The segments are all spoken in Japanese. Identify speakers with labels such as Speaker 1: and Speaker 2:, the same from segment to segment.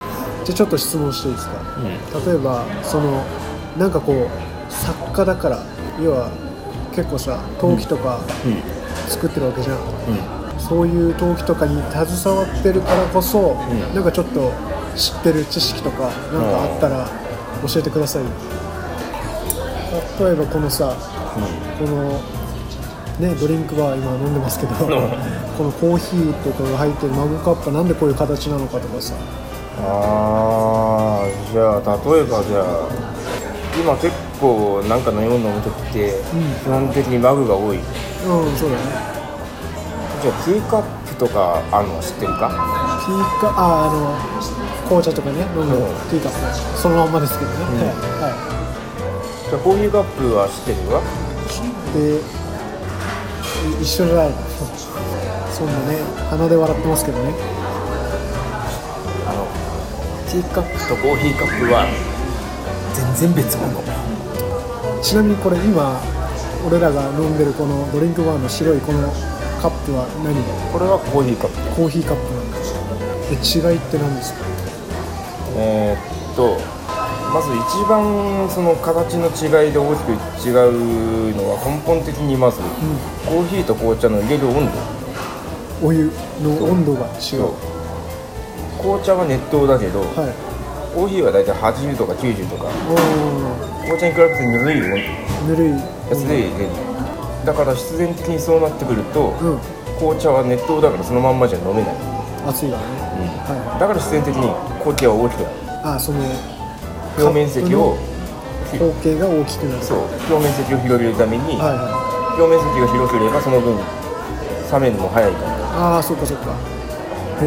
Speaker 1: じゃあちょっと質問していいですか
Speaker 2: うん
Speaker 1: 例えばそのなんかこう作家だから要は結構さ陶器とか
Speaker 2: うん
Speaker 1: 作ってるわけじゃん、
Speaker 2: うん
Speaker 1: そういう陶器とかに携わってるからこそ、
Speaker 2: ん
Speaker 1: なんかちょっと知ってる知識とかなんかあったら教えてくださいよ例えばこのさこのねドリンクバー今飲んでますけどこのコーヒーとかが入ってるマグカップはなんでこういう形なのかとかさ
Speaker 2: ああじゃあ例えばじゃあ今結構なんか飲み物飲む時って
Speaker 1: ん
Speaker 2: 基本的にマグが多い
Speaker 1: うんそうだね
Speaker 2: じゃあティーカップとかあんの知ってるか
Speaker 1: ティーカああの紅茶とかね飲む
Speaker 2: うん
Speaker 1: ティーカップそのまんまですけどね、
Speaker 2: ん
Speaker 1: はいは
Speaker 2: じゃあコーヒーカップは知ってるわ
Speaker 1: いでい一緒じゃないのそんなね鼻で笑ってますけどね
Speaker 2: あのティーカップとコーヒーカップは全然別物
Speaker 1: ちなみにこれ今俺らが飲んでるこのドリンクバーの白いこのカップは何
Speaker 2: これはコーヒーカップ
Speaker 1: コーヒーカップなんですで違いって何ですか
Speaker 2: えーっとまず一番その形の違いで大きく違うのは根本的にまず、コーヒーと紅茶の入れる温度
Speaker 1: お湯の温度が違う
Speaker 2: 紅茶は熱湯だけど、
Speaker 1: はい
Speaker 2: コーヒーは大体80とか90とか
Speaker 1: お
Speaker 2: 紅茶に比べてぬるい温
Speaker 1: ー
Speaker 2: 度
Speaker 1: ぬるい
Speaker 2: やつで入れる、だから必然的にそうなってくると、
Speaker 1: うん
Speaker 2: 紅茶は熱湯だからそのまんまじゃ飲めない、
Speaker 1: 熱いからね、は
Speaker 2: だから必然的に紅茶は大きくな
Speaker 1: いあ
Speaker 2: る
Speaker 1: その
Speaker 2: 表面積を
Speaker 1: 口径が大きくなる
Speaker 2: そう表面積を広げるために、
Speaker 1: はいはい
Speaker 2: 表面積が広ければその分冷めるのも早いか
Speaker 1: ああそっかそっか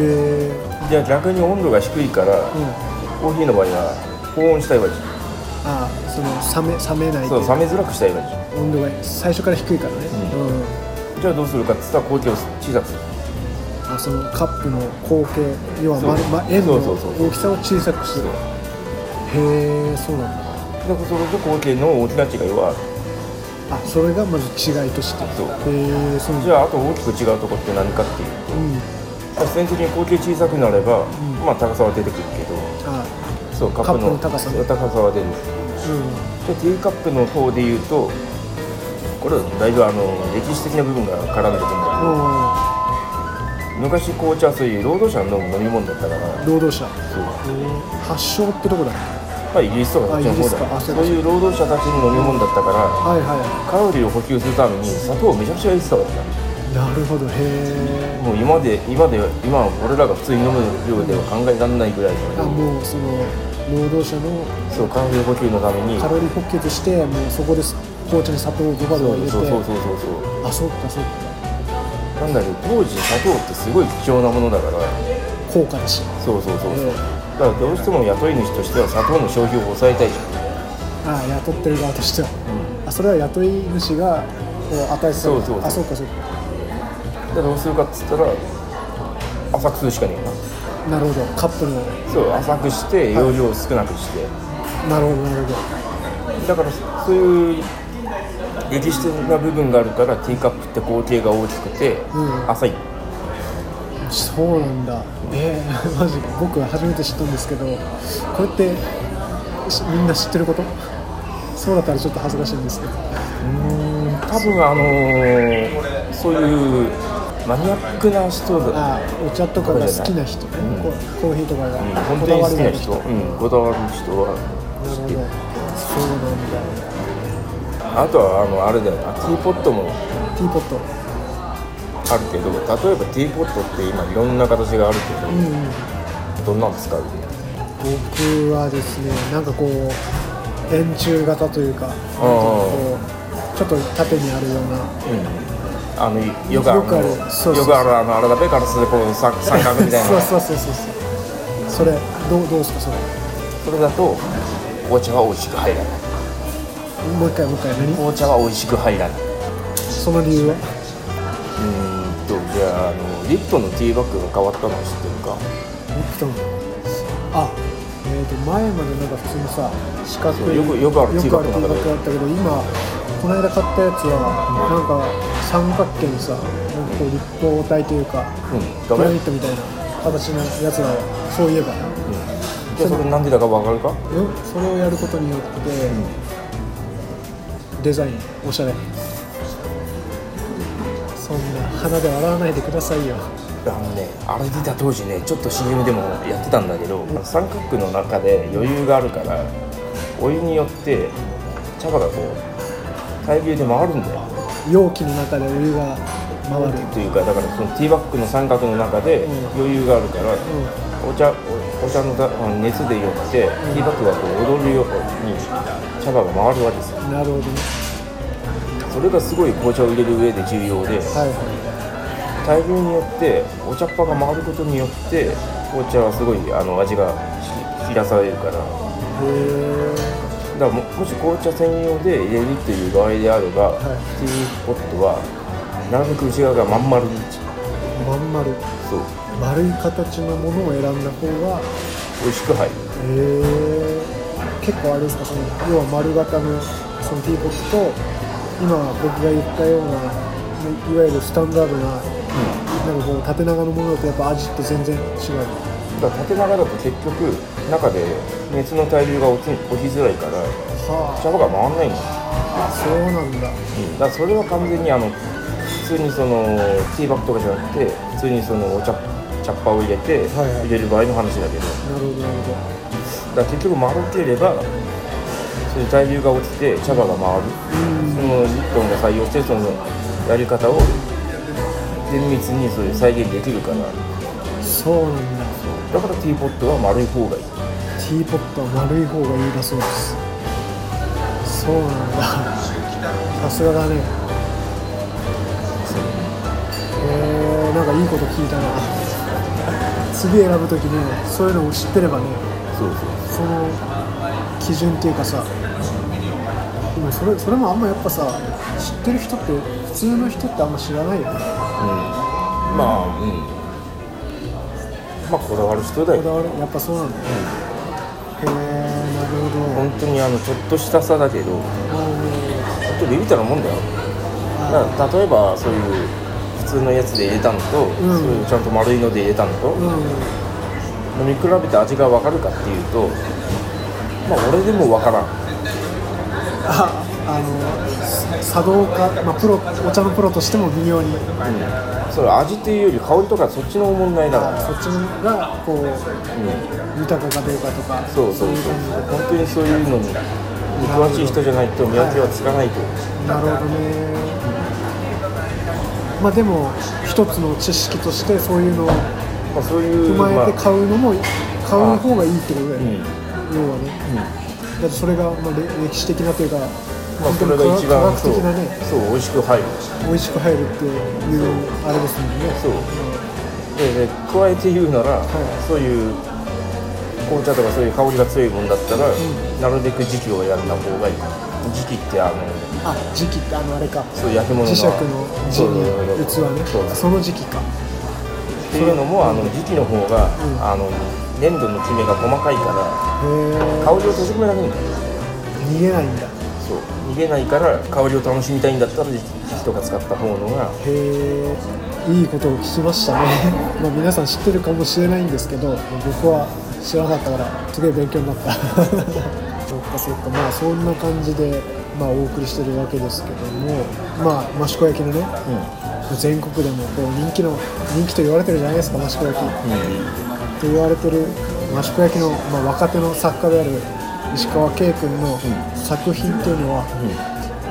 Speaker 1: へえ
Speaker 2: らじゃあ逆に温度が低いか
Speaker 1: う
Speaker 2: ら、
Speaker 1: ん
Speaker 2: コーヒーの場合は保温したいわけじゃ
Speaker 1: ああその冷め冷めない
Speaker 2: ん
Speaker 1: と
Speaker 2: そ
Speaker 1: い
Speaker 2: う
Speaker 1: う
Speaker 2: 冷めづらくしたいわけじゃ
Speaker 1: 温度が最初から低いからねうん、
Speaker 2: んじゃあどうするかって言ったら工程を小さくする
Speaker 1: あそのカップの口径要は
Speaker 2: そう
Speaker 1: 丸、ま、円の
Speaker 2: そうそうそ
Speaker 1: 大
Speaker 2: う
Speaker 1: きさを小さくする
Speaker 2: そう
Speaker 1: へえそうなんだ
Speaker 2: だからそれと工程の大きな違いはある
Speaker 1: あそれがまず違いとして
Speaker 2: そう
Speaker 1: へえそうなん
Speaker 2: じ
Speaker 1: だ
Speaker 2: ゃああと大きく違うとこって何かっていう
Speaker 1: うん
Speaker 2: と必然的に工程小さくなれば、まあ高さは出てくるけど
Speaker 1: あ
Speaker 2: そうカップの
Speaker 1: カップの高さ
Speaker 2: そう高さは出る
Speaker 1: う
Speaker 2: でティーカップの方で言うとこれはだいぶあの歴史的な部分が絡んでくるんだけど
Speaker 1: んお
Speaker 2: 昔紅茶はそういう労働者の飲む飲み物だったから
Speaker 1: ー労働者
Speaker 2: そう
Speaker 1: 発祥ってとこだね
Speaker 2: まあイギリスとかそっちの
Speaker 1: あイ
Speaker 2: 方
Speaker 1: ギリスか
Speaker 2: だ
Speaker 1: あそう
Speaker 2: そう
Speaker 1: か
Speaker 2: いう労働者たちの飲み物だったか
Speaker 1: はいは
Speaker 2: らカロリーを補給するために砂糖をめちゃくちゃ入れてたわけだ
Speaker 1: いなるほどへえ
Speaker 2: もう今まで今で今俺らが普通に飲む量では考えられないぐらい
Speaker 1: あ
Speaker 2: の
Speaker 1: もうその労働者の
Speaker 2: そうカロリー補給のために
Speaker 1: カロリー補給としてもうそこで紅茶に砂糖をドバドバ入れて
Speaker 2: そうそうそうそうそ
Speaker 1: あ
Speaker 2: う
Speaker 1: そうかそうか
Speaker 2: なんだけど当時砂糖ってすごい貴重なものだから
Speaker 1: 高価だし
Speaker 2: そうそうそうそう
Speaker 1: ええ
Speaker 2: だからどうしても雇い主としては砂糖の消費を抑えたいじゃん
Speaker 1: ああ雇ってる側としては、あそれは雇い主がこう与えてた
Speaker 2: そうそうそう
Speaker 1: あそうかそうか
Speaker 2: だからどうするかっつったら浅くするしかねえな
Speaker 1: なるほどカップの
Speaker 2: そう浅くして容量を少なくして、
Speaker 1: なるほどなるほど
Speaker 2: だからそそういう歴史的な部分があるからティーカップって工程が大きくて、
Speaker 1: うん
Speaker 2: 浅い
Speaker 1: そうなんだえー、 マジ僕は初めて知ったんですけどこれってしみんな知ってることそうだったらちょっと恥ずかしいんですけど
Speaker 2: 多分あのーそういうマニアックな人だ、
Speaker 1: ああお茶とかが好きな人ね、
Speaker 2: うん
Speaker 1: こうコーヒーとかが
Speaker 2: うん、
Speaker 1: こ
Speaker 2: 本
Speaker 1: だ
Speaker 2: 当に
Speaker 1: わり
Speaker 2: 好き
Speaker 1: があ
Speaker 2: な
Speaker 1: る
Speaker 2: 人、
Speaker 1: 人
Speaker 2: う、
Speaker 1: なん
Speaker 2: こだわる人は
Speaker 1: るほどそうなんだ
Speaker 2: あとはあのあれだよなティーポットも
Speaker 1: ティーポット
Speaker 2: あるけど例えばティーポットって今いろんな形がある
Speaker 1: うんうん
Speaker 2: けどどんなの使う
Speaker 1: 僕はですねなんかこう円柱型というかなんかこうちょっと縦にあるような
Speaker 2: うんあのよくある
Speaker 1: よくあるそうそう
Speaker 2: よくあるあのあれだべガラスでこう三三角みたい な
Speaker 1: そうそうそうそうそうそれどうどうですかそれ
Speaker 2: それだと紅茶は美味しく入らない
Speaker 1: もう一回もう一回何
Speaker 2: 紅茶は美味しく入らないう
Speaker 1: その理由は
Speaker 2: ーんとじゃああのリットンのティーバッグが変わったの知ってるか
Speaker 1: リプトンあえっ、と前までなんか普通にさ四角
Speaker 2: そう
Speaker 1: い
Speaker 2: よくよくある
Speaker 1: よ
Speaker 2: ティー
Speaker 1: くあ
Speaker 2: バッ
Speaker 1: る
Speaker 2: グ
Speaker 1: ティーバッグ
Speaker 2: の中で
Speaker 1: だったけど今この間買ったやつはなんか三角形のさなんかこう立方体というか
Speaker 2: うん
Speaker 1: ピラ
Speaker 2: ダ
Speaker 1: ミ
Speaker 2: メ
Speaker 1: ッドみたいな形のやつがそういえば、
Speaker 2: じゃあそれなんでだかわかるか
Speaker 1: よそれをやることによって、デザインおしゃれそんな花で笑わないでくださいよ
Speaker 2: あのねあれ出た当時ねちょっと CM でもやってたんだけど三角区の中で余裕があるからお湯によって茶葉がこう対流で回るんだよ
Speaker 1: 容器の中でお湯が回る、
Speaker 2: というかだからそのティーバッグの三角の中で余裕があるから、お茶おお茶のだ熱でよってティーバッグがこう踊るように茶葉が回るわけですよ
Speaker 1: うん、なるほどね
Speaker 2: それがすごい紅茶を入れる上で重要で
Speaker 1: はいは
Speaker 2: 対流によってお茶っ葉が回ることによって紅茶はすごいあの味が引き出されるからだか
Speaker 1: いへえ
Speaker 2: らももし紅茶専用で入れるという場合であれば、
Speaker 1: い
Speaker 2: ティーポットはなるべく内側がまん丸に
Speaker 1: まん丸
Speaker 2: そう
Speaker 1: 丸い形のものを選んだ方が
Speaker 2: 美味しく入る
Speaker 1: へえ結構あれですかその要は丸型のそのティーポットと今僕が言ったようないわゆるスタンダードな,、なんかこう縦長のものだとやっぱ味って全然違う
Speaker 2: だから縦長だと結局中で熱の対流が落ち落ちづらいから
Speaker 1: は
Speaker 2: 茶葉が回んないんだよ
Speaker 1: あそうなんだ
Speaker 2: うんだからそれは完全にあの普通にそのティーバッグとかじゃなくて普通にそのお茶茶っ葉を入れて
Speaker 1: はいはい
Speaker 2: 入れる場合の話だけど、
Speaker 1: なるほどなるほ
Speaker 2: だから結局丸ければそういう対流が落ちて茶葉が回る、そのリットンが採用してそのやり方を厳密にそういう再現できるから
Speaker 1: ど
Speaker 2: だ
Speaker 1: そうなんだ
Speaker 2: からティーポットは丸い方がいい
Speaker 1: ティーポットは丸い方がいいだそうですそうなん ださすがだねへえー、なんかいいこと聞いたな次選ぶ時ねそういうのを知ってればね
Speaker 2: そうそう
Speaker 1: その基準っていうかさでもそれそれもあんまやっぱさ知ってる人って普通の人ってあんま知らないよね
Speaker 2: うんまあうんまあこだわる人
Speaker 1: こ
Speaker 2: だよ
Speaker 1: だわるやっぱそうなんだねへえなるほど
Speaker 2: 本当にあのちょっとした差だけ
Speaker 1: あ
Speaker 2: ど本当ビビったらもんだよだから例えばそういう普通のやつで入れたのと、
Speaker 1: ん
Speaker 2: そういうちゃんと丸いので入れたのと、
Speaker 1: ーうん
Speaker 2: 飲み比べて味が分かるかっていうとまあ俺でも分からん
Speaker 1: ああの茶道家、まあ、プロお茶のプロとしても微妙に
Speaker 2: それ味っていうより香りとかそっちの問題だか
Speaker 1: そっちがこう
Speaker 2: ら、うん、
Speaker 1: 豊かかどうかとか
Speaker 2: そうそうそう
Speaker 1: いう感じで
Speaker 2: 本当にそういうのに詳しい人じゃないと見分けはつかないと
Speaker 1: なるほどねまあでも一つの知識としてそういうのを
Speaker 2: まあ、そうい
Speaker 1: 踏
Speaker 2: う
Speaker 1: まえて
Speaker 2: まあ
Speaker 1: 買うのも買う方がいいってことだよ
Speaker 2: う
Speaker 1: ね、
Speaker 2: ん
Speaker 1: 要はね、だってそれがまあれ歴史的なというか、
Speaker 2: まあ、それ
Speaker 1: 本当
Speaker 2: が
Speaker 1: に
Speaker 2: 一
Speaker 1: 科
Speaker 2: 番
Speaker 1: 学
Speaker 2: そう
Speaker 1: 的なね
Speaker 2: そう美味しく入る
Speaker 1: 美味しく入るっていうあれですもんね
Speaker 2: そうでで加えて言うな
Speaker 1: い
Speaker 2: ら、そういう紅茶とかそういう香りが強いもんだったら、なるべく時期を選んだ方がいい時期ってあの
Speaker 1: あ時期ってあのあれか
Speaker 2: そういう焼き物
Speaker 1: 磁
Speaker 2: の
Speaker 1: 石の字
Speaker 2: そうそう
Speaker 1: に器
Speaker 2: そう
Speaker 1: ねそ
Speaker 2: そう
Speaker 1: の時期か
Speaker 2: っていうのもあの時期の方が、あの粘土のキメが細か
Speaker 1: へ
Speaker 2: いか
Speaker 1: え
Speaker 2: ら香りを閉じ込めなくなる
Speaker 1: 逃げないんだへ
Speaker 2: そう逃げないから香りを楽しみたいんだったら時期とか使った方のが
Speaker 1: えいいことを聞きましたね まあ皆さん知ってるかもしれないんですけど僕は知らなかったからすげえ勉強になった そっかそっかまあそんな感じでまあお送りしてるわけですけどもまあ益子焼のね、全国でもこう人気の人気と言われてるじゃないですか益子焼と言われてる益子焼の、まあ、若手の作家である石川圭君の作品というのは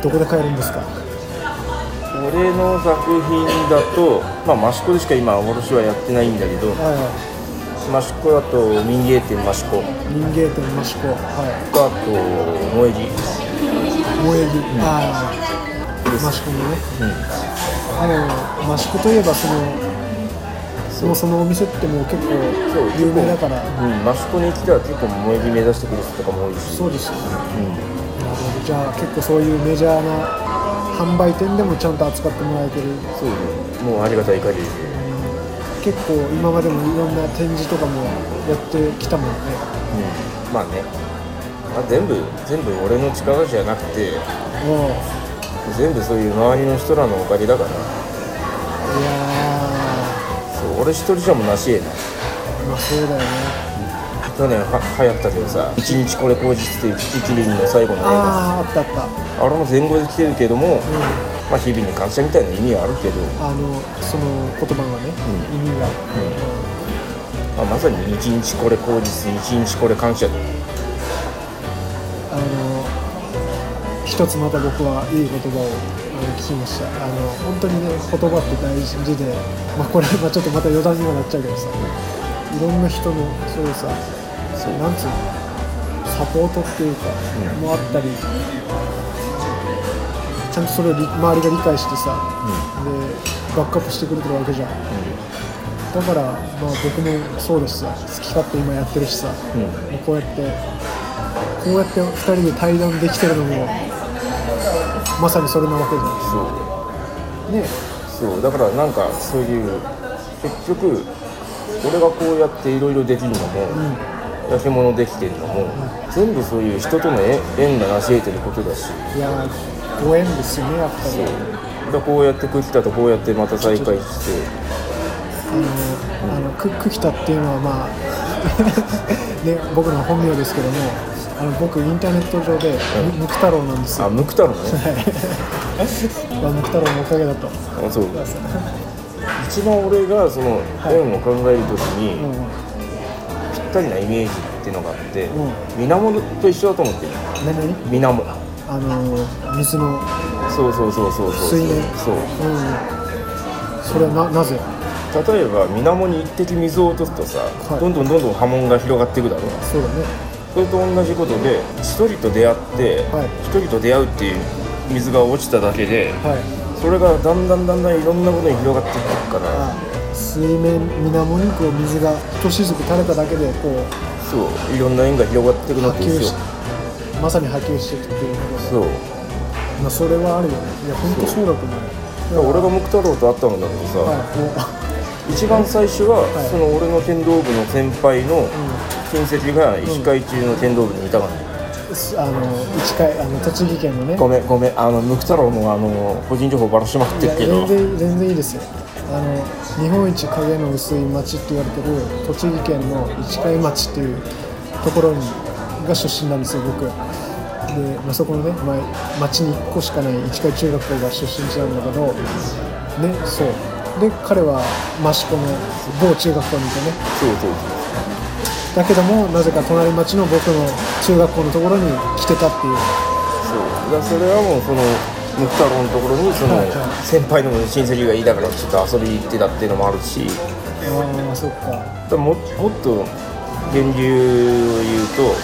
Speaker 1: どこで買えるんですか、
Speaker 2: 俺の作品だと、まあ、益子でしか今卸はやってないんだけど
Speaker 1: はいは
Speaker 2: 益子だと民芸店益子
Speaker 1: い民芸店益子は
Speaker 2: あと萌え木
Speaker 1: い萌え木、ああ益子のね、あの益子といえばそのもうそのお店ってもう結構
Speaker 2: そう
Speaker 1: 有名だから
Speaker 2: うん、益子に来たら結構萌え木目指してくる人とかも多いし
Speaker 1: そうですよね、
Speaker 2: ん
Speaker 1: なるほどじゃあ結構そういうメジャーな販売店でもちゃんと扱ってもらえてる
Speaker 2: そうねもうありがたい限りで
Speaker 1: 結構今までもいろんな展示とかもやってきたもんね
Speaker 2: まあね、まあ、全部全部俺の力じゃなくて
Speaker 1: もう
Speaker 2: 全部そういう周りの人らのおかげだから
Speaker 1: いや
Speaker 2: そう俺一人じゃもうなし得ない
Speaker 1: ーまあそうだよね
Speaker 2: 去年は流行ったけどさ「一日これ口実」っていうキキキリンの最後の映画
Speaker 1: あああったあった
Speaker 2: あれも前後で来てるけども、まあ日々に感謝みたいな意味はあるけど、
Speaker 1: あのその言葉がね、意味が、うん
Speaker 2: まあ、まさに「一日これ口実」「一日これ感謝」
Speaker 1: あの一つまた僕はいい言葉をあの聞きましたあの本当にね言葉って大事で、まあ、これはちょっとまた余談にはなっちゃうけどさいろんな人のそういうさ
Speaker 2: そう
Speaker 1: なんつうのサポートっていうか、
Speaker 2: うん
Speaker 1: もあったりちゃんとそれをり周りが理解してさ、でバックアップしてくれてるわけじゃん、だから、まあ、僕もそうだしさ好き勝手今やってるしさ、
Speaker 2: うん
Speaker 1: もうこうやってこうやって2人で対談できてるのもまさにそれなわけじゃない
Speaker 2: そう
Speaker 1: ですかね
Speaker 2: そうだからなんかそういう結局俺がこうやっていろいろできるのも、焼き物できてるのも、全部そういう人との縁縁がなし得てることだし
Speaker 1: いやーご縁ですよねやっぱり
Speaker 2: そうだからこうやって食ったとこうやってまた再会して
Speaker 1: あのあのククキタっていうのはまあ ね僕の本名ですけどもあの僕インターネット上でむムク太郎なんですよ
Speaker 2: あムクタロね
Speaker 1: まあムク太郎のおかげだと
Speaker 2: あそう一番俺がその縁を考える時に、
Speaker 1: うんうん
Speaker 2: ぴったりなイメージっていうのがあって、
Speaker 1: う
Speaker 2: 源と一緒だと思ってる
Speaker 1: 何々
Speaker 2: 源
Speaker 1: あの水の
Speaker 2: そうそうそうそうそう
Speaker 1: 水面
Speaker 2: そう
Speaker 1: うんそれはななぜ
Speaker 2: 例えば水面に一滴水を落とすとさ、
Speaker 1: い
Speaker 2: どんどんどんどん波紋が広がっていくだろう
Speaker 1: そうだね
Speaker 2: それと同じことで一人と出会って一、
Speaker 1: はい
Speaker 2: 人と出会うっていう水が落ちただけで
Speaker 1: はい
Speaker 2: それがだんだんだんだんいろんなことに広がっていくから
Speaker 1: あ水面水面にこう水がひとしずく垂れただけでこう
Speaker 2: そういろんな縁が広がっていくの
Speaker 1: 波
Speaker 2: ってい
Speaker 1: 及
Speaker 2: うんで
Speaker 1: し
Speaker 2: すよ
Speaker 1: まさに波及していくっていうことで
Speaker 2: そう
Speaker 1: まあ、それはあるよねいや本当そうだと思う
Speaker 2: だから俺が木太郎と会ったのだけどさ、
Speaker 1: はい
Speaker 2: 一番最初は、
Speaker 1: い
Speaker 2: その俺の剣道部の先輩の親戚が石階中の剣道部にいたから、ね
Speaker 1: おす あの一回あの栃木県のね
Speaker 2: ごめんごめんあのムク太郎もあの個人情報ばらしまくっ
Speaker 1: い
Speaker 2: て
Speaker 1: や
Speaker 2: るけど
Speaker 1: 全然全然いいですよあの日本一影の薄い町って言われてる栃木県の市貝町っていうところにが出身なんですよ僕で、まあ、そこのね、まあ、町に1個しかない市貝中学校が出身地なんだけどねそうで彼は益子の某中学校にいてね
Speaker 2: そうそう
Speaker 1: だけどもなぜか隣町の僕の中学校のところに来てたっていう
Speaker 2: そうだからそれはもうそのムク太郎のところにその
Speaker 1: はいはい
Speaker 2: 先輩の親戚がいたからちょっと遊びに行ってたっていうのもあるし
Speaker 1: ああそっか
Speaker 2: だからももっと源流を言うと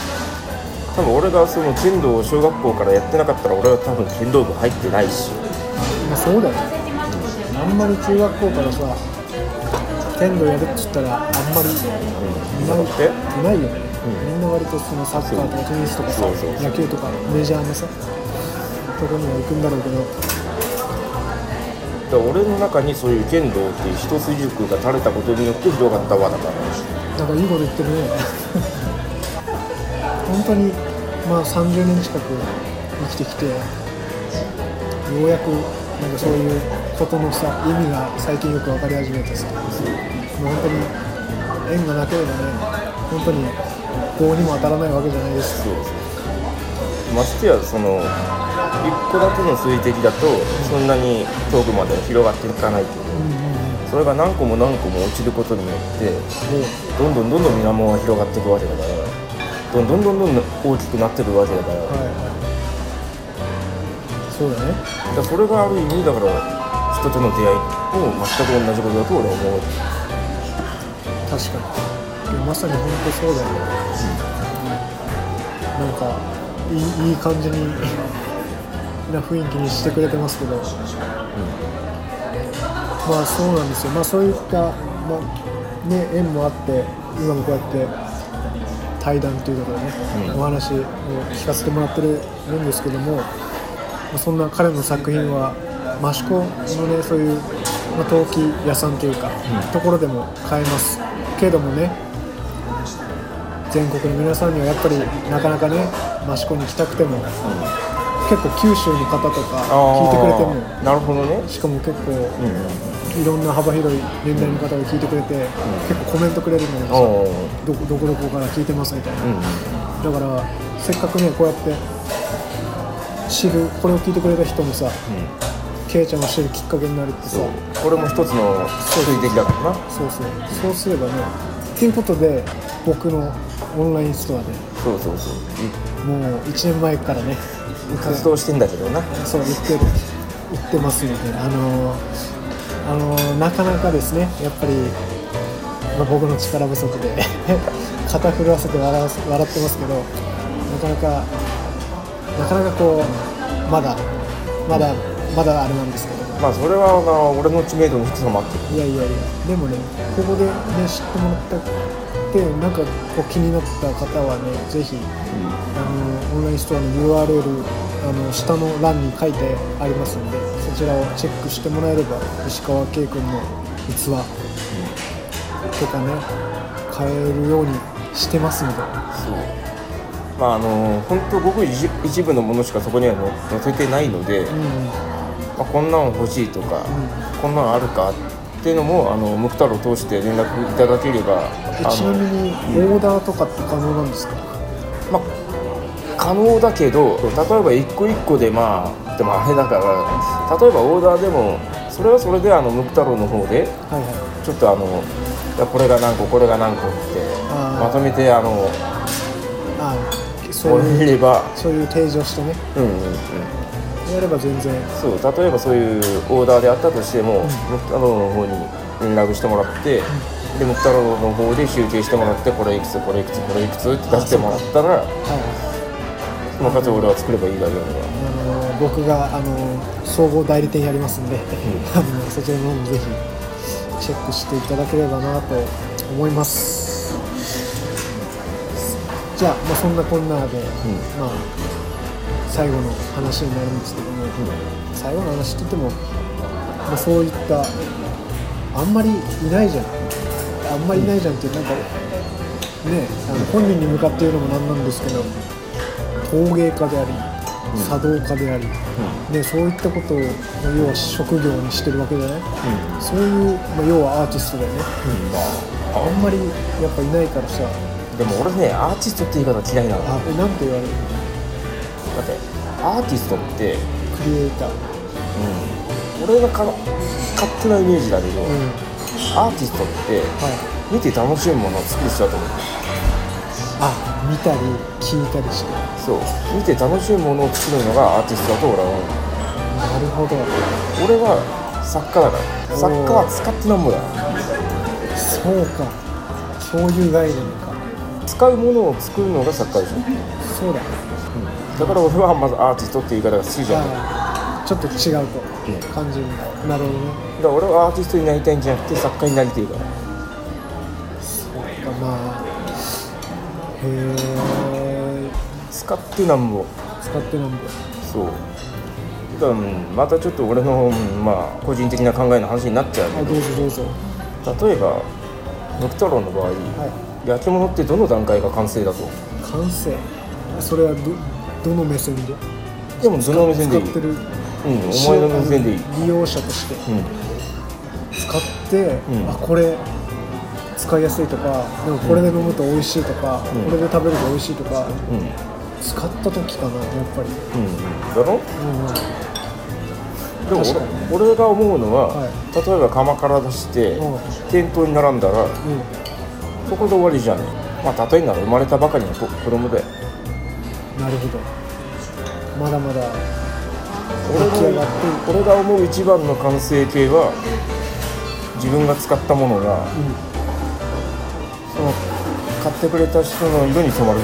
Speaker 2: 多分俺がその剣道を小学校からやってなかったら俺は多分剣道部入ってないし
Speaker 1: まあそうだよねあんまり中学校からさ剣道やるっつったらあんまりいない,、
Speaker 2: だって
Speaker 1: いないよね、みんな割とそのサッカーとかテニスとかさ
Speaker 2: そうそうそう
Speaker 1: 野球とかメジャーのさとこには行くんだろうけど
Speaker 2: だから俺の中にそういう剣道っていう一筋塾が垂れたことによって広がった輪だから
Speaker 1: なんかいいこと言ってるね本当にまあ30年近く生きてきてようやくなんかそういうことのさ意味が最近よく分かり始めてさもう本当に縁がなければね本当に棒にも当たらないわけじゃないです
Speaker 2: そうましてやその一個だけの水滴だとそんなに遠くまで広がっていかないけどそれが何個も何個も落ちることによって
Speaker 1: もう
Speaker 2: どんどんどんどん水面が広がっていくわけだからどんどんどんどん大きくなっていくわけだからだか
Speaker 1: はいそうだね
Speaker 2: らそれがある意味だから人との出会いも全く同じことだと俺は思う
Speaker 1: 確かにいやまさに本当そうだよね、なんかいいいい感じに な雰囲気にしてくれてますけど、まあそうなんですよまあそういった、まあね、縁もあって今もこうやって対談ということでね、お話を聞かせてもらってるんですけども、まあそんな彼の作品は益子のねそういう、まあ、陶器屋さんというか、ところでも買えますけれどもね全国の皆さんにはやっぱりなかなかね益子に来たくても結構九州の方とか聞いてくれてるのよ
Speaker 2: あーなるほどね
Speaker 1: しかも結構
Speaker 2: うんうん
Speaker 1: いろんな幅広い年代の方が聞いてくれて、結構コメントくれるんだけど
Speaker 2: おー
Speaker 1: さどこどこどこから聞いてますみたいな、
Speaker 2: うんうん
Speaker 1: だからせっかくねこうやって知るこれを聞いてくれた人もさケイちゃんを知るきっかけになるってさ
Speaker 2: そうこれも一つの水滴だからな
Speaker 1: そうそうそうすればねっていうことで僕のオンラインストアで
Speaker 2: そうそうそう
Speaker 1: もう1年前からね
Speaker 2: 活動してんだけどな
Speaker 1: そう言ってる言ってますみたいなあのーあのーなかなかですねやっぱり、まあ僕の力不足で 肩震わせて笑わす笑ってますけどなかなかなかなかこうまだまだまだあれなんですけど
Speaker 2: まあそれはまあ俺の知名度の低さもあって
Speaker 1: いやいやいやでもねここでね知ってもらったってなんかこう気になった方はねぜひあのオンラインストアの URL あの下の欄に書いてありますのでそちらをチェックしてもらえれば石川圭君の器とかね買えるようにしてますので
Speaker 2: そうまああの本当ごく一一部のものしかそこにはの載せてないので、
Speaker 1: うんうん
Speaker 2: まあ、こんなの欲しいとか、こんなのあるかっていうのもあのムクタロを通して連絡いただければ
Speaker 1: え
Speaker 2: あ
Speaker 1: ちなみ
Speaker 2: の、
Speaker 1: にオーダーとかって可能なんですか
Speaker 2: まあ、可能だけど例えば一個一個でまあでもあれだから例えばオーダーでもそれはそれであのムクタロの方で
Speaker 1: はいは
Speaker 2: ちょっとあのいやこれが何個これが何個って
Speaker 1: あー
Speaker 2: まとめてあの
Speaker 1: いあそう
Speaker 2: もらえ
Speaker 1: いう
Speaker 2: れば、
Speaker 1: そういう提示をしてね
Speaker 2: うんうんうん、
Speaker 1: やれば全然
Speaker 2: そう例えばそういうオーダーであったとしても、ムクタロウの方に連絡してもらって、でムクタロウの方で集計してもらってこれいくつこれいくつこれいくつって出してもらったら
Speaker 1: はい
Speaker 2: その数俺は作ればいいだけだから
Speaker 1: あの僕があの総合代理店やりますんで、 あのそちらの方もぜひチェックしていただければなと思いますじゃあ、まあ、そんなこんなで、まあ、最後の話になるんですけども、最後の話って言っても、まあ、そういったあんまりいないじゃんあんまりいないじゃんっていうなんかねあの本人に向かって言うのもなんなんですけど陶芸家であり茶道家であり、ね、そういったことを要は職業にしてるわけじゃない、そういう、まあ、要はアーティストだよね、あんまりやっぱいないからさ
Speaker 2: でも俺ねアーティストって言い方嫌いなのだっ
Speaker 1: あえなんて言われるの
Speaker 2: てアーティストって、
Speaker 1: クリエイター、
Speaker 2: 俺がか勝手なイメージだけど、
Speaker 1: うん
Speaker 2: アーティストって
Speaker 1: はい、
Speaker 2: 見て楽しいものを作る人だと思う
Speaker 1: あ見たり聞いたりして
Speaker 2: そう見て楽しいものを作るのがアーティストだと俺は思う
Speaker 1: なるほど
Speaker 2: 俺は作家だから作家は使ってなんぼだ
Speaker 1: そうかそういう概念か
Speaker 2: 使うものを作るのが作家でしょ
Speaker 1: そうだ
Speaker 2: だから俺はまずアーティストっていう言い方が好きじゃないだか
Speaker 1: あーちょっと違う
Speaker 2: うん
Speaker 1: と感じるんだなるほどね
Speaker 2: ら俺はアーティストになりたいんじゃなくて作家になりたいから
Speaker 1: まあへえ
Speaker 2: 使ってなんぼ
Speaker 1: 使ってなんだ
Speaker 2: そうただうんまたちょっと俺の、うんまあ、個人的な考えの話になっちゃう
Speaker 1: はいどうぞどうぞ
Speaker 2: けど例えばドクタロンの場合、
Speaker 1: は
Speaker 2: 焼き物ってどの段階が完成だと
Speaker 1: い完成それはどどの目線で
Speaker 2: でもどの目線でいい
Speaker 1: 使ってる
Speaker 2: うん、お前の目線でいい、
Speaker 1: 利用者として
Speaker 2: うん、
Speaker 1: 使って、
Speaker 2: うん
Speaker 1: あこれ使いやすいとかでもこれで飲むと美味しいとか、
Speaker 2: ん
Speaker 1: これで食べると美味しいとか、
Speaker 2: うんうん
Speaker 1: 使った時かなやっぱり、
Speaker 2: うんだ
Speaker 1: うん
Speaker 2: ろ
Speaker 1: うん
Speaker 2: でも
Speaker 1: 確かに
Speaker 2: 俺俺が思うのは、
Speaker 1: はい
Speaker 2: 例えば釜から出して、
Speaker 1: うん
Speaker 2: 店頭に並んだら
Speaker 1: うん
Speaker 2: そこで終わりじゃんまあ例えなら生まれたばかりの子子供で
Speaker 1: なるほどまだまだ
Speaker 2: 俺
Speaker 1: 出来上がっ
Speaker 2: が俺が思う一番の完成形は自分が使ったものが、その買ってくれた人の色に染まる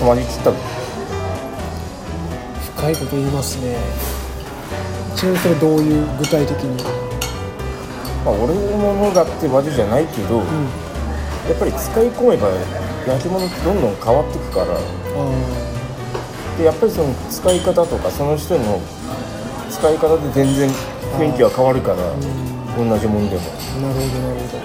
Speaker 2: 染まりきった
Speaker 1: 深いこと言いますねちなみにそれどういう具体的に
Speaker 2: まあ、俺のものだってわけじゃないけど、
Speaker 1: うん
Speaker 2: やっぱり使い込めば焼き物ってどんどん変わっていくから
Speaker 1: あ
Speaker 2: でやっぱりその使い方とかその人の使い方で全然雰囲気は変わるから同じもんでもだ
Speaker 1: あなるほどなるほど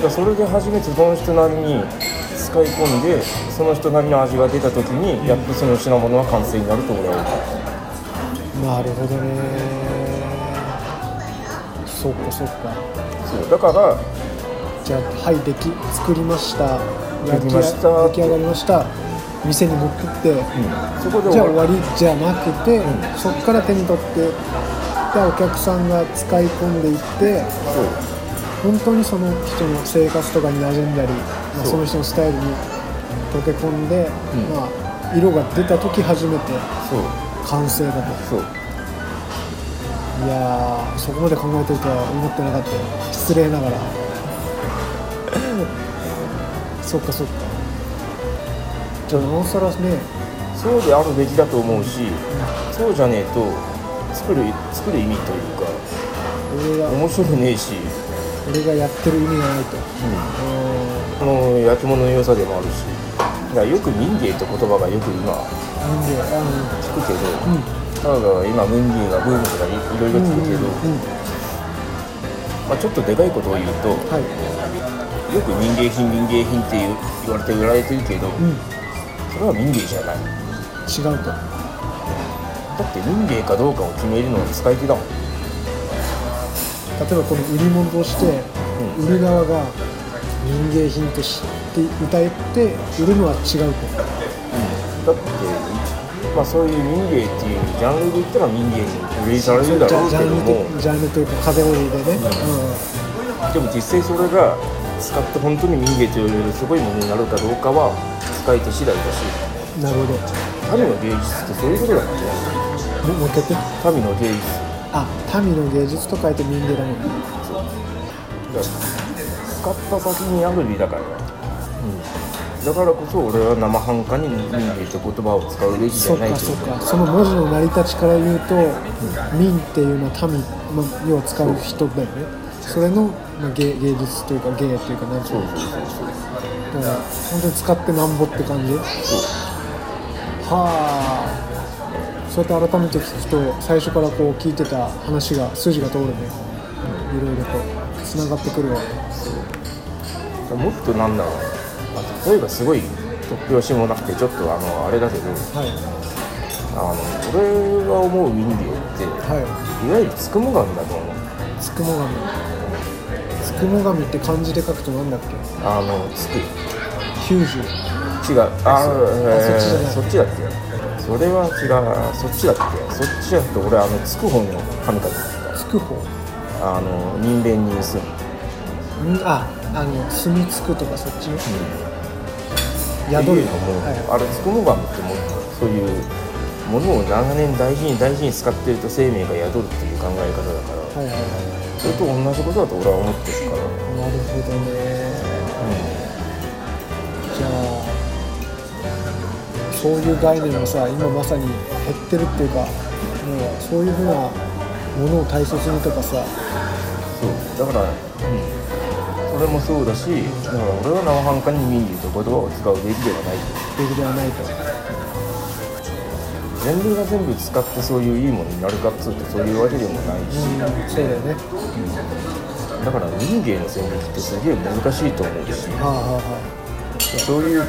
Speaker 2: からそれで初めてその人なりに使い込んでその人なりの味が出た時にやっとその品物は完成になると俺は思う
Speaker 1: なるほどねそっかそっか
Speaker 2: そうだから
Speaker 1: じゃあはいでき作りました
Speaker 2: できました
Speaker 1: 焼きあ出来上がりました店に持ってって、
Speaker 2: そこで
Speaker 1: じゃ
Speaker 2: 終
Speaker 1: あ
Speaker 2: わ
Speaker 1: 終
Speaker 2: る
Speaker 1: わりじゃなくて、そっから手に取ってでお客さんが使い込んでいって
Speaker 2: そう
Speaker 1: 本当にその人の生活とかに馴染んだり、まあ、
Speaker 2: そ
Speaker 1: その
Speaker 2: う
Speaker 1: 人のスタイルに溶け込んで、
Speaker 2: うん
Speaker 1: まあ、色が出た時初めて
Speaker 2: そ
Speaker 1: 完成だと
Speaker 2: うそう
Speaker 1: いやーそこまで考えてるとは思ってなかったよ失礼ながら そっかそっかじゃあなおさらね
Speaker 2: そうであるべきだと思うしそうじゃねえと作る作る意味というか
Speaker 1: 俺が
Speaker 2: 面白くねえし、
Speaker 1: 俺がやってる意味がないと
Speaker 2: うん
Speaker 1: うん
Speaker 2: この焼き物の良さでもあるしだからよく民芸って言葉がよく今
Speaker 1: なんであ
Speaker 2: 聞くけ
Speaker 1: の
Speaker 2: ど
Speaker 1: うん
Speaker 2: ただ今民芸がブームとかいいろいろ聞くけど、
Speaker 1: うんうん
Speaker 2: まあ、ちょっとでかいことを言うと
Speaker 1: はい
Speaker 2: よく民芸品民芸品って言う言われて売られてるけど、
Speaker 1: うん
Speaker 2: それは民芸じゃないだ
Speaker 1: 違うと
Speaker 2: って民芸かどうかを決めるのは使い手だもん
Speaker 1: 例えばこの売り物として
Speaker 2: う
Speaker 1: 売る側が民芸品として歌って売るのは違うと
Speaker 2: だって、まあ、そういう民芸っていうジャンルで言ったら民芸に売りされるだ
Speaker 1: ジ
Speaker 2: ろ
Speaker 1: ャジ
Speaker 2: うけ
Speaker 1: ャ
Speaker 2: ど
Speaker 1: ンルと
Speaker 2: も
Speaker 1: ジャンルというか風折りでね、
Speaker 2: でも実際それが使って本当に民芸と呼べるすごいものになるかどうかは使い手次第だし
Speaker 1: うん、なるほど
Speaker 2: 民の芸術ってそういうことだもんね
Speaker 1: ももう一回やって
Speaker 2: 民の芸術
Speaker 1: あ民の芸術と書いて民芸だもん
Speaker 2: だから使った先にある美だから、だからこそ俺は生半可に民芸って言葉を使うべきじ
Speaker 1: そ
Speaker 2: ゃ
Speaker 1: っ
Speaker 2: ない
Speaker 1: か
Speaker 2: とい
Speaker 1: そうっかその文字の成り立ちから言うと、民っていうのは民、まあ、要は使う人だよねそれの、まあ、芸芸術というか芸というか何ていう
Speaker 2: そう
Speaker 1: の
Speaker 2: そうそうそう
Speaker 1: だから本当に使ってなんぼって感じはあそうやって改めて聞くと最初からこう聞いてた話が筋が通るねいろいろとつながってくるわ
Speaker 2: もっとなんだろうあ例えばすごい突拍子もなくてちょっとあのあれだけど
Speaker 1: はい
Speaker 2: あの俺が思う民芸って
Speaker 1: はい
Speaker 2: わゆるつくも神だと思う
Speaker 1: いつくも神つくも神って漢字で書くとなんだっけ
Speaker 2: あのつく
Speaker 1: 90
Speaker 2: 違うあえー
Speaker 1: そ
Speaker 2: そっちだっけそれは違うそっちだっけそっちだって俺あのつく方の神かと思っ
Speaker 1: つく方
Speaker 2: たあの人弁に住む
Speaker 1: んああの住みつくとかそっちの
Speaker 2: 宿
Speaker 1: 宿
Speaker 2: る
Speaker 1: る
Speaker 2: の
Speaker 1: の
Speaker 2: も、
Speaker 1: は
Speaker 2: あれつくも神ってもうそういうものを長年大事に大事に使ってると生命が宿るっていう考え方だから
Speaker 1: いはいはいは
Speaker 2: それと同じことだと俺は思ってる
Speaker 1: い
Speaker 2: から、
Speaker 1: なるほどねじゃあそういう概念がさ今まさに減ってるっていうかもうそういうふうなものを大切にとかさ
Speaker 2: そうだから、それもそうだしだから俺は生半可に民事と言葉を使うべきではない
Speaker 1: べきではないと
Speaker 2: 全部が全部使ってそういういいものになるかっつうとそういうわけでもないし、
Speaker 1: うんそうだよね
Speaker 2: だから民芸の線引きってすげえ難しいと思うし
Speaker 1: はあはあは
Speaker 2: そういう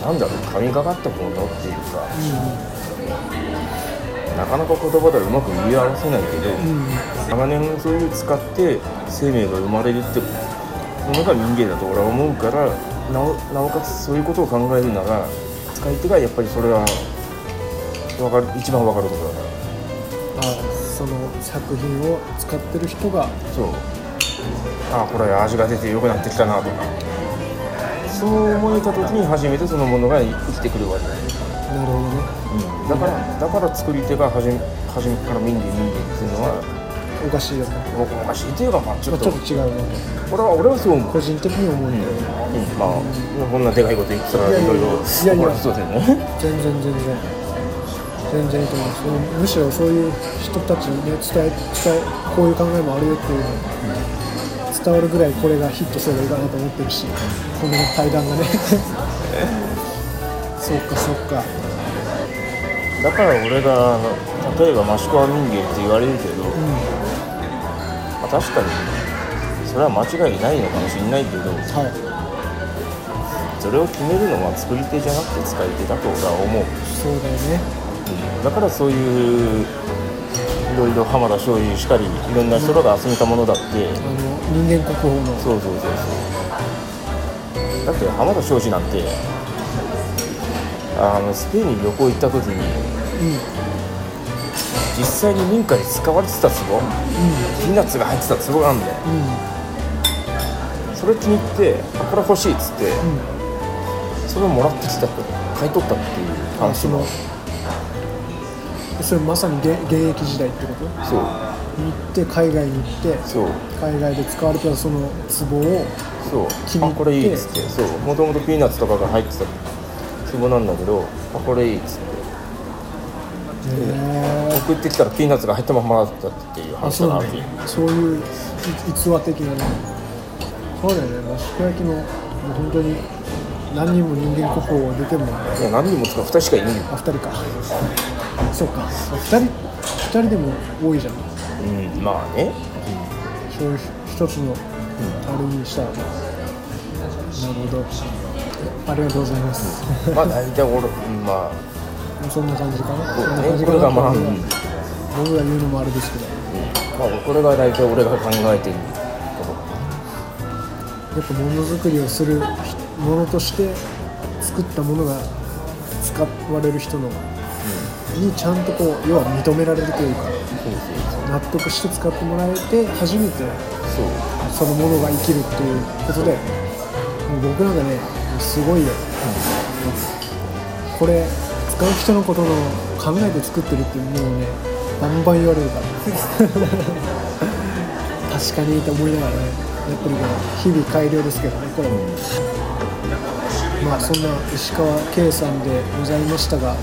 Speaker 2: なんだろう神がかったものっていうか
Speaker 1: あ
Speaker 2: なかなか言葉ではうまく言い合わせないけど、
Speaker 1: うんうんうん
Speaker 2: 長年そういう使って生命が生まれるってものが民芸だと俺は思うからなおなおかつそういうことを考えるなら使い手がやっぱりそれはわかる一番わかるところだか
Speaker 1: あその作品を使ってる人が
Speaker 2: らそうああこれ味が出て良くなってきたなとかそう思えた時に初めてそのものが生きてくるわけだ,、
Speaker 1: なるほどね
Speaker 2: うん、だからだから作り手が初め初めから民芸民芸っていうのは
Speaker 1: おかしいよね、
Speaker 2: おかしいというかまあち
Speaker 1: ま
Speaker 2: ょ
Speaker 1: あ、ち
Speaker 2: っ
Speaker 1: ょ
Speaker 2: と
Speaker 1: っと違うね
Speaker 2: 俺は俺はそう思う
Speaker 1: 個人的に思うんだよね
Speaker 2: うんまあ、こんなでかいこと言ってたら
Speaker 1: いやいや
Speaker 2: いろいろ
Speaker 1: いやいや
Speaker 2: 怒られそうだよね。
Speaker 1: 全然全然全然いいと思いますうんむしろそういう人たちにね伝え伝えこういう考えもあるよっていうのが伝わるぐらいこれがヒットすればいいかなと思ってるしこの対談がねそうかそうか
Speaker 2: だから俺が例えば益子は民芸って言われるけど、まあ、確かにそれは間違いないのかもしれないけど
Speaker 1: はい
Speaker 2: それを決めるのは作り手じゃなくて使い手だと俺は思う、
Speaker 1: そうだよね
Speaker 2: だからそういういろいろ浜田庄司しかりいろんな人らが集めたものだって、
Speaker 1: あの人間国宝の
Speaker 2: そうそうそうそうだって浜田庄司なんてあのスペインに旅行行った時に
Speaker 1: うん
Speaker 2: 実際に民家に使われてた壺ピーナッツが入ってた壺があるんだよ
Speaker 1: うん
Speaker 2: それ気に入ってあこれ欲しいっつって、
Speaker 1: ん
Speaker 2: それをもらってきたと買い取ったっていう
Speaker 1: うんあ
Speaker 2: 話
Speaker 1: そ
Speaker 2: も
Speaker 1: のそれまさに現現役時代ってことに
Speaker 2: そう
Speaker 1: 行って海外に行って
Speaker 2: そう
Speaker 1: 海外で使われてたその壺を
Speaker 2: そう
Speaker 1: 気に入
Speaker 2: あ
Speaker 1: って
Speaker 2: これいいっつってそうもともとピーナッツとかが入ってた壺なんだけどあこれいいっつって
Speaker 1: へ
Speaker 2: 送ってきたらピーナッツが入ったままだったっていう
Speaker 1: あ
Speaker 2: 話
Speaker 1: そう
Speaker 2: だな
Speaker 1: な
Speaker 2: っていう
Speaker 1: ねそういうい逸話的なねそうだよね益子焼のもう本当に何人も人間国宝を出ても
Speaker 2: いや何人も使う2人しかいないよ
Speaker 1: あ2人かそうか2人二人でも多いじゃん
Speaker 2: うんまあね
Speaker 1: そういう一つのあれにしたらなるほどありがとうございます
Speaker 2: まあ大体俺うんまあ
Speaker 1: そんな感じかな
Speaker 2: そう
Speaker 1: そんな
Speaker 2: だ
Speaker 1: 感
Speaker 2: ね
Speaker 1: じ
Speaker 2: こ
Speaker 1: か
Speaker 2: れ
Speaker 1: な
Speaker 2: がまあ、うんうん
Speaker 1: 僕が言うのもあれですけど
Speaker 2: まあ、これが大体俺が考えてるとこ
Speaker 1: やっぱものづくりをするものとして作ったものが使われる人のにちゃんとこう要は認められるというか
Speaker 2: そうそう
Speaker 1: 納得して使ってもらえて初めて
Speaker 2: そう
Speaker 1: そのものが生きるっていうことでもう僕なんかねすごいよ、これ使う人のことの考えて作ってるってもうねバンバン言われるから確かにと思いながらねやってるから日々改良ですけどねこれも、まあそんな石川圭さんでございましたが、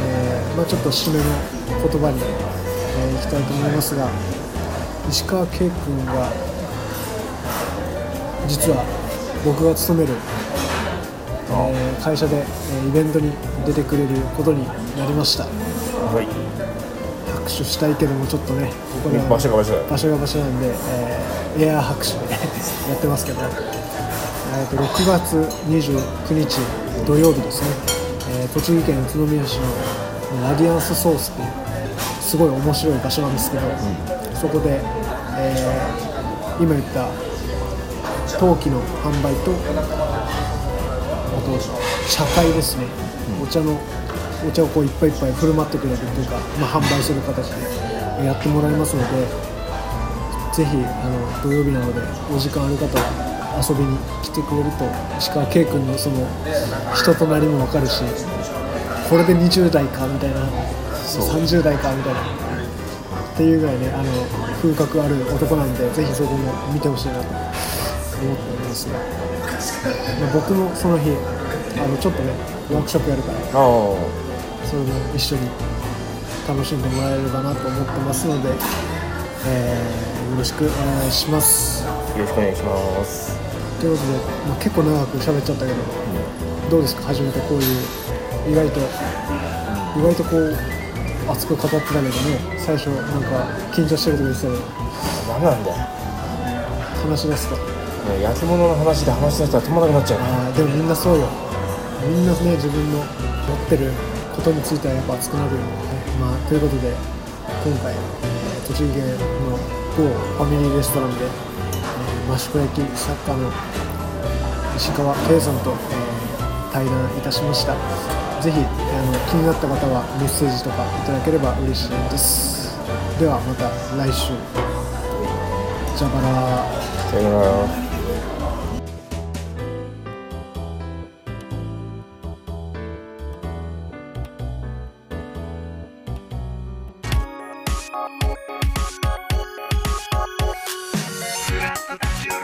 Speaker 1: えーまあ、ちょっと締めの言葉に、えいきたいと思いますが石川圭君が実は僕が勤める、えー会社で、えーイベントに出てくれることになりました
Speaker 2: そうはい
Speaker 1: 拍手したいけどもちょっとねここでは
Speaker 2: 場所が場所だよ
Speaker 1: 場所が場所なんで、えーエアー拍手で やってますけど、えー、と6月29日土曜日ですね、えー栃木県宇都宮市のラディアンスソースっていうすごい面白い場所なんですけど、そこで、えー今言った陶器の販売とあと茶会ですね、お茶のお茶をこういっぱいいっぱい振る舞ってくれるというか、まあ、販売する形でやってもらいますのでぜひあの土曜日なのでお時間ある方は遊びに来てくれると石川圭君のその人となりも分かるしこれで20代かみたいな30代かみたいなっていうぐらいねあの風格ある男なんでぜひそこも見てほしいなと思っておりますね。まあ僕もその日あのちょっとねワークショップやるから
Speaker 2: ああ
Speaker 1: それも一緒に楽しんでもらえればなと思ってますので、えーよろしくお願いします
Speaker 2: よろしくお願いします
Speaker 1: ということで、まあ、結構長く喋っちゃったけどどうですか初めてこういう意外と意外とこう熱く語ってたけどね最初なんか緊張してるとか言ってたけど
Speaker 2: 何なんだよ
Speaker 1: 話し出すと
Speaker 2: ね焼き物の話で話し出したら止まらなくなっちゃう
Speaker 1: あーでもみんなそうよみんなね自分の持ってることについてはやっぱ熱くなるよね、まあ、ということで今回、えー栃木県の某ファミリーレストランで、えー、益子焼き作家の石川圭さんと、えー対談いたしましたぜひあの気になった方はメッセージとかいただければ嬉しいですではまた来週じゃばらー
Speaker 2: さよなら
Speaker 3: 「フラット立ち寄る